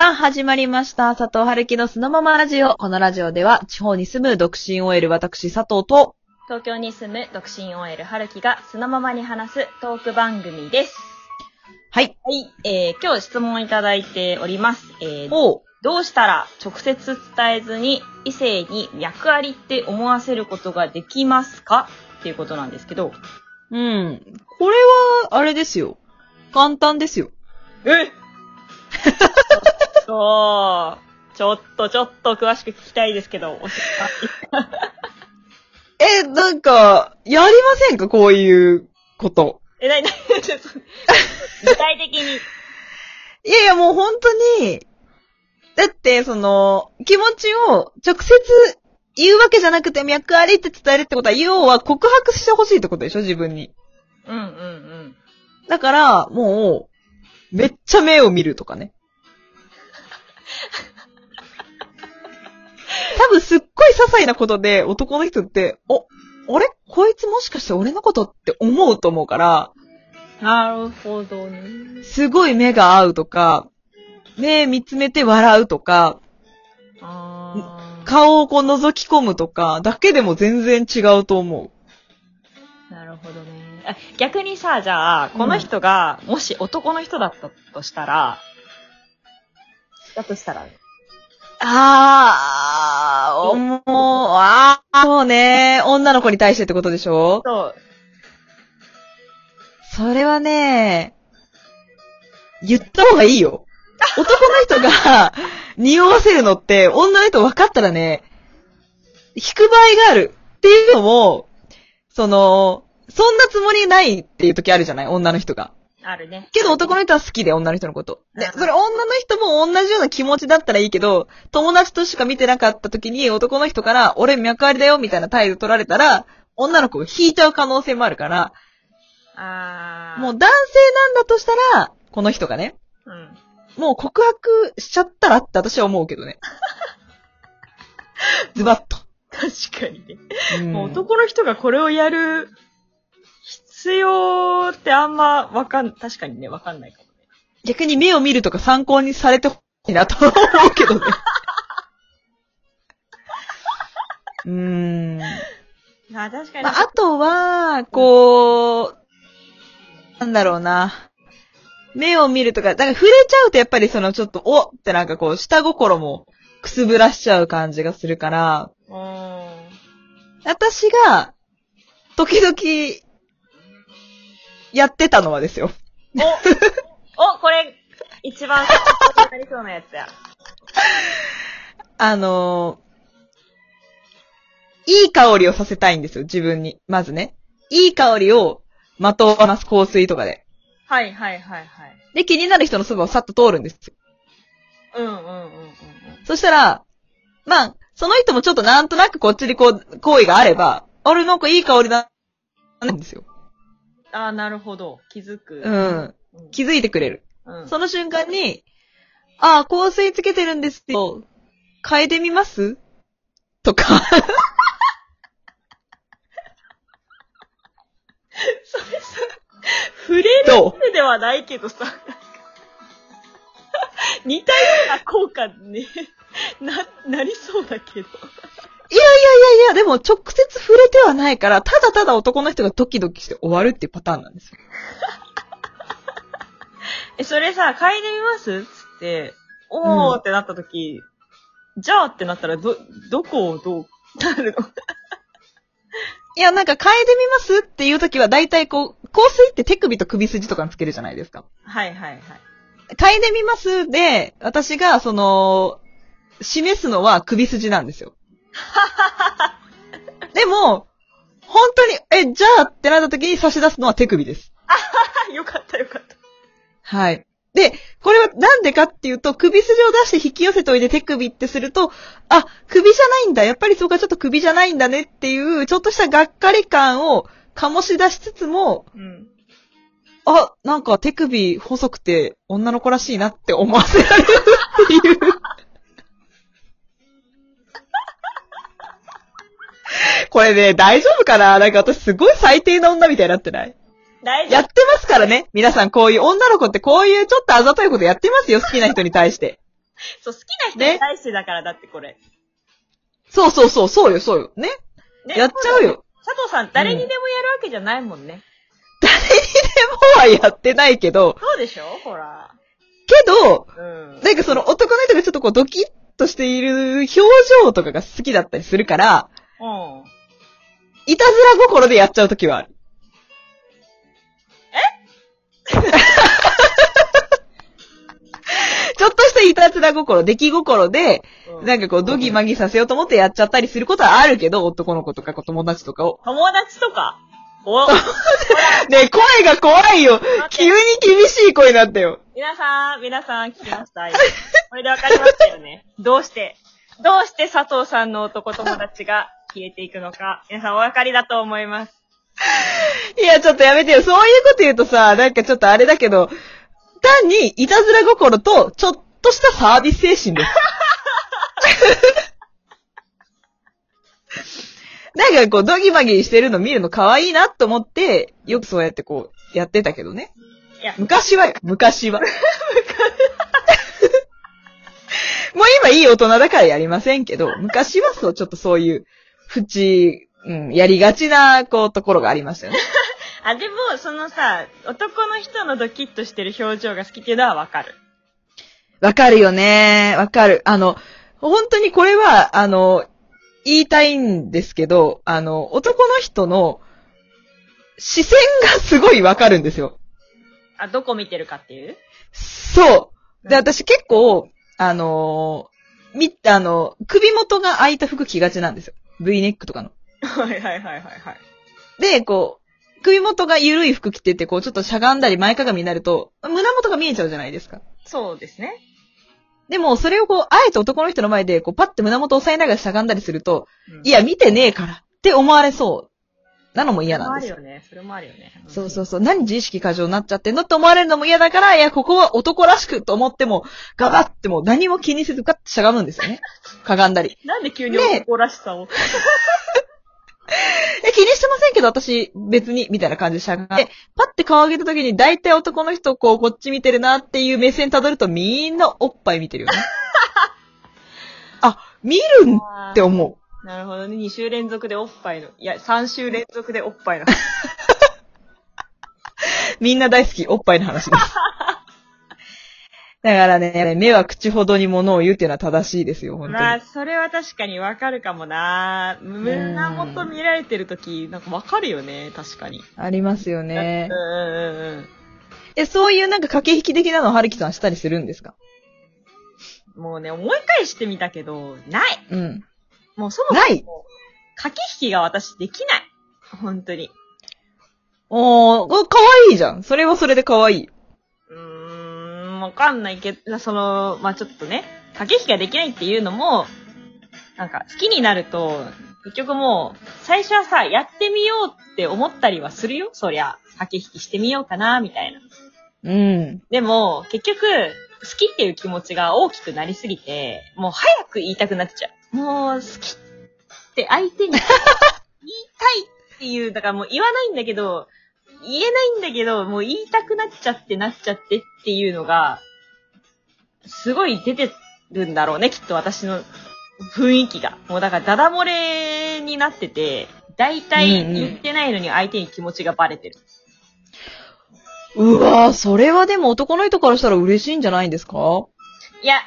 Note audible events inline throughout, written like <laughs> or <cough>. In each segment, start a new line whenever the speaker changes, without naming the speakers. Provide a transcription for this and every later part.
さあ、始まりました。佐藤春樹のそのままラジオ。このラジオでは、地方に住む独身 OL 私佐藤と、
東京に住む独身 OL 春樹がそのままに話すトーク番組です。
はい。
はい、えー、今日質問いただいております。えー、
おう。
どうしたら直接伝えずに異性に脈ありって思わせることができますかっていうことなんですけど。
うん。これは、あれですよ。簡単ですよ。
え <laughs> そう。ちょっとちょっと詳しく聞きたいですけど。教
え、なんか、やりませんかこういうこと。
え、え、なになに <laughs> ちょっと具体的
い
に。
やいや、もう本当に、だって、その、気持ちを直接言うわけじゃなくて脈ありって伝えるってことは、要は告白してほしいってことでしょ自分に。
うんうんうん。
だから、もう、めっちゃ目を見るとか <laughs> ね。多分すっごい些細なことで男の人って、お、あれこいつもしかして俺のことって思うと思うから、
なるほどね。
すごい目が合うとか、目見つめて笑うとか、
あー
顔をこう覗き込むとか、だけでも全然違うと思う。
なるほどね。あ逆にさ、じゃあ、この人が、もし男の人だったとしたら、だとしたら、
あー、もう、あー、そうね、女の子に対してってことでしょ
そう、
それはね、言った方がいい <laughs> よ。男の人が匂わせるのって女の人分かったらね、引く場合があるっていうのも、その、そんなつもりないっていう時あるじゃない女の人が。
あるね。
けど男の人は好きで、女の人のこと。で、
うん
それ女の人も同じような気持ちだったらいいけど、友達としか見てなかった時に男の人から、俺脈ありだよみたいな態度取られたら、女の子が引いちゃう可能性もあるから、
あー
もう、男性なんだとしたら、この人がね、
うん。
もう告白しちゃったらって私は思うけど
<laughs>
ね。ズバッと。
確かにね。
うん
もう男の人がこれをやる必要ってあんまわかん、確かにね、わかんないかもね。
逆に目を見るとか参考にされてほしいな
<laughs>
と思うけどね。うーん。ま
あ、確かに。
あ、あとは、こう、なんだろうな。目を見るとか、だから触れちゃうとやっぱりそのちょっと、おってなんかこう、下心もくすぶらしちゃう感じがするから、
うん。
私が、時々、やってたのはですよ。
お、お、これ、一番参考になりそうなやつや。
あのーいい香りをさせたいんですよ、自分に。まずね。いい香りを、まとわます、香水とかで。
はいはいはいはい。
で、気になる人のそばをさっと通るんですよ。
うんうんうんうんうん。
そしたら、まあ、その人もちょっとなんとなくこっちにこう、行為があれば、あれなんかいい香りだ、なんですよ。
ああ、なるほど。気づく。
うん。
うん。
気づいてくれる。
うん、
その瞬間に、ああ、香水つけてるんですよ。変えてみますとか。
それさ、触れる
どう
ではない <laughs> けど <laughs> さ、なんか似たような効果ね、な、なりそうだけど。
いやいやいやいや、でも直接触れてはないから、ただただ男の人がドキドキして終わるっていうパターンなんですよ。
え、それさ、嗅いでみますつって、おーってなった時、じゃあってなったら、ど、どこをどうなるの
いや、なんか変えてみますっていう時は、だいたいこう、香水って手首と首筋とかにつけるじゃないですか。
はいはいはい。
変えてみますで、私が、その、示すのは首筋なんです
<laughs>
よ。でも、本当に、え、じゃあってなった時に差し出すのは手首です。
あ、 <laughs> よかったよかった。
はい。で、これはなんでかっていうと、首筋を出して引き寄せといて手首ってすると、あ、首じゃないんだ、やっぱりそうか、ちょっと首じゃないんだねっていう、ちょっとしたがっかり感を醸し出しつつも、
うん。
あ、なんか手首細くて女の子らしいなって思わせられるっていう。これね、大丈夫かななんか私すごい最低な女みたいになってない
大丈
やってますからね。皆さんこういう女の子ってこういうちょっとあざといことやってますよ。好きな人に対して。
そう、好きな人に対してだから、だってこれ。
そうそうそう、そうよ、そうよ。ね
ね
やっちゃう。よ。
佐藤さん、誰にでもやるわけじゃないもんね。
誰にでもはやってないけど、
そうでしょほら。
けど、
うん。
なんかその男の人がちょっとこうドキッとしている表情とかが好きだったりするから、
うん。
いたずら心でやっちゃうときはある。え <laughs> ちょっとしたいたずら心、出来心で、
うん
なんかこう、ドギマギさせようと思ってやっちゃったりすることはあるけど、男の子とか友達とかを。
友達とか。お、
ねえ声が怖いよ急に厳しい声になったよ
皆さん、皆さん聞きました。今これでわかりましたよ
<laughs>
ね。どうして、どうして佐藤さんの男友達が消えていくのか、皆さんお分かりだと思います。
いや、ちょっとやめてよ。そういうこと言うとさ、なんかちょっとあれだけど、単に、いたずら心と、ちょっとしたサービス精神 <laughs> です。なんかこう、ドギマギしてるの見るの可愛いなと思って、よくそうやってこう、やってたけどね。
いや、
昔はよ、昔は。 <laughs> もう今いい大人だからやりませんけど、昔はそう、ちょっとそういう、縁、うん、やりがちな、こう、ところがありましたよね。
あ、でも、そのさ、男の人のドキッとしてる表情が好きっていうのはわかる。
わかるよね。わかる。あの、本当にこれは、あの、言いたいんですけど、あの、男の人の視線がすごいわかるんですよ。
あ、どこ見てるかっ
<laughs>
ていう
そう。で、私結構、あのー、み、あの、首元が開いた服着がちなんですよ。V ネックとかの。
はいはいはいはいはい。
で、こう、首元が緩い服着てて、こう、ちょっとしゃがんだり前かがみになると、胸元が見えちゃうじゃないですか。
そうですね。
でも、それをこう、あえて男の人の前で、こう、パッて胸元を押さえながらしゃがんだりすると、い
や、
や、見てねえからって思われそう。なのも嫌
それも
な
あ
んで
る
すよ。
よね。それもあるよね。ん
そうそうそう。何自意識過剰になっちゃってんのって思われるのも嫌だから、いや、ここは男らしくと思っても、ガバってもう何も気にせずガッてしゃがむんですよ
<laughs>
ね。かがんだり。
なんで急に
ね
男らし
<laughs>
さを。
え、気にしてませんけど、私、別に、みたいな感じでしゃがんで、パッて顔上げた時に、大体男の人、こう、こっち見てるなっていう目線たどると、みんなおっぱい見てるよ
<laughs>
ね。あ、見るんって思う。
なるほどね。2週連続でおっぱいの。いや、3週連続でおっぱいの。
みんな大好き、おっぱいの話
<laughs>
です。だからね、目は口ほどに物を言うっていうのは正しいですよ、本当に。
まあ、それは確かにわかるかもな。胸元見られてるとき、なんかわかるよね。確かに。
ありますよね
うん。うんうん
え、そういうなんか駆け引き的なのをはるきさんしたりするんですか
うん。もうね、思い返してみたけど、ない
うん。
もうそも
な
そ
い
も、駆け引きが私できない。本当に。
おー、これ可愛いじゃん。それはそれで可愛い。
うーん、わかんないけど、その、まあちょっとね、駆け引きができないっていうのも、なんか好きになると、結局もう、最初はさ、やってみようって思ったりはするよ、そりゃ。駆け引きしてみようかな、みたいな。
うん。
でも、結局、好きっていう気持ちが大きくなりすぎて、もう早く言いたくなっちゃう。もう、好きって相 <laughs> 手に言いたいっていう、だからもう言わないんだけど、言えないんだけど、もう言いたくなっちゃってなっちゃってっていうのが、すごい出てるんだろうね、きっと私の雰囲気が。もうだからダダ漏れになってて、大体言ってないのに相手に気持ちがバレてる。
うわー、それはでも男の人からしたら嬉しいんじゃないんですか
いや、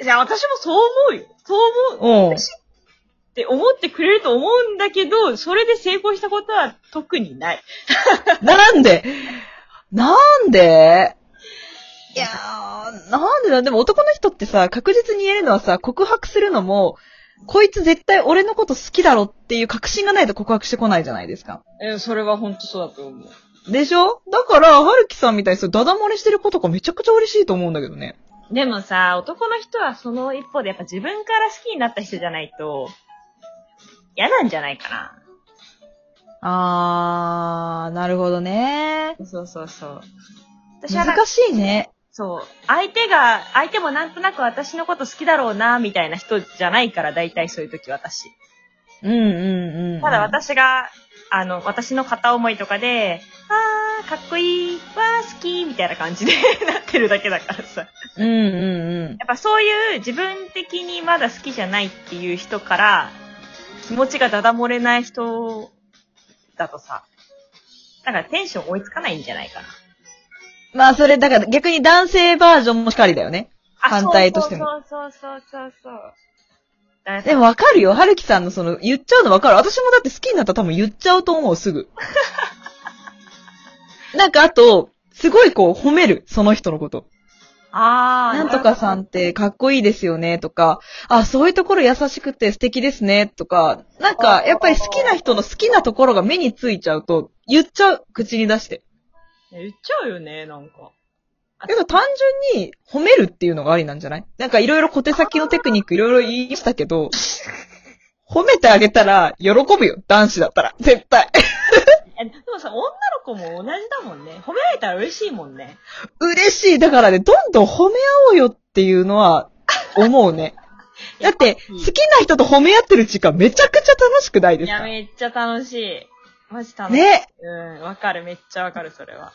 じゃあ私もそう思うよ。そう思
<laughs>
う
うん。
って思ってくれると思うんだけど、それで成功したことは特にない。
なんでなんでいやー、なんでだでも男の人ってさ、確実に言えるのはさ、告白するのも、こいつ絶対俺のこと好きだろっていう確信がないと告白してこないじゃないですか。
え、それは本当そうだと思う。
でしょだから、はるきさんみたいにそう、ダダ漏れしてる子とかめちゃくちゃ嬉しいと思うんだけどね。
でもさ、男の人はその一方でやっぱ自分から好きになった人じゃないと、嫌なんじゃないかな。
あー、なるほどね。
そうそうそう。私はなんか
難しいね。
そう、相手が、相手もなんとなく私のこと好きだろうな、みたいな人じゃないから、大体そういう時私。
うんうんうん。
ただ私が、あの、私の片思いとかで、あー、かっこいい、わー、好き、みたいな感じで <laughs> なってるだけだからさ。
うんうんうん。
やっぱそういう自分的にまだ好きじゃないっていう人から、気持ちがダダ漏れない人だとさ、だからテンション追いつかないんじゃないかな。
まあそれ、だから逆に男性バージョンもしかりだよね。
あ
反対としても。
そうそうそうそうそうそう。
でもわかるよ。はるきさんのその、言っちゃうのわかる。私もだって好きになったら多分言っちゃうと思う、すぐ。 <laughs> なんかあと、すごいこう褒める、その人のこと。
ああ。
なんとかさんってかっこいいですよね、とか、あ、そういうところ優しくて素敵ですね、とか、なんか、やっぱり好きな人の好きなところが目についちゃうと、言っちゃう、口に出して。
言っちゃうよね、なんか。
だから単純に褒めるっていうのがありなんじゃないなんかいろいろ小手先のテクニックいろいろ言いましたけ
<laughs>
ど、褒めてあげたら喜ぶよ、男子だったら。絶対。
えでもさ、女の子も同じだもんね。褒められたら嬉しいもんね。
嬉しい。だからね、どんどん褒め合おうよっていうのは、思う
<laughs>
ね。だって、好きな人と褒め合ってる時間めちゃくちゃ楽しくないで
い
すか
や、めっちゃ楽しい。マジ楽しい。
ね。
うん、わかる、めっちゃわかる、それは。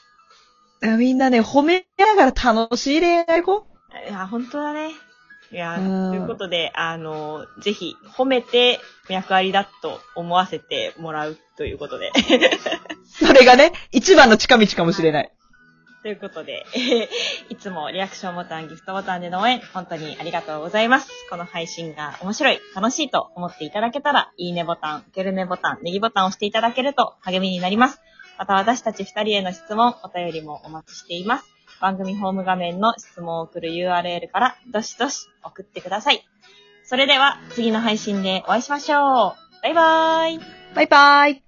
だからみんなね、褒めながら楽しい恋愛行こう。
いや、本当だね。いや、
うん
ということで、あの、ぜひ、褒めて、脈ありだと思わせてもらうということで。
それがね、一番の近道かもしれない。
ということで、 <laughs> えーいつもリアクションボタン、ギフトボタンでの応援、本当にありがとうございます。この配信が面白い、楽しいと思っていただけたら、いいねボタン、受けるねボタン、ネギボタンを押していただけると励みになります。また私たち二人への質問、お便りもお待ちしています。番組ホーム画面の質問を送る URL から、どしどし送ってください。それでは、次の配信でお会いしましょう。バイバーイ。
バイバイ。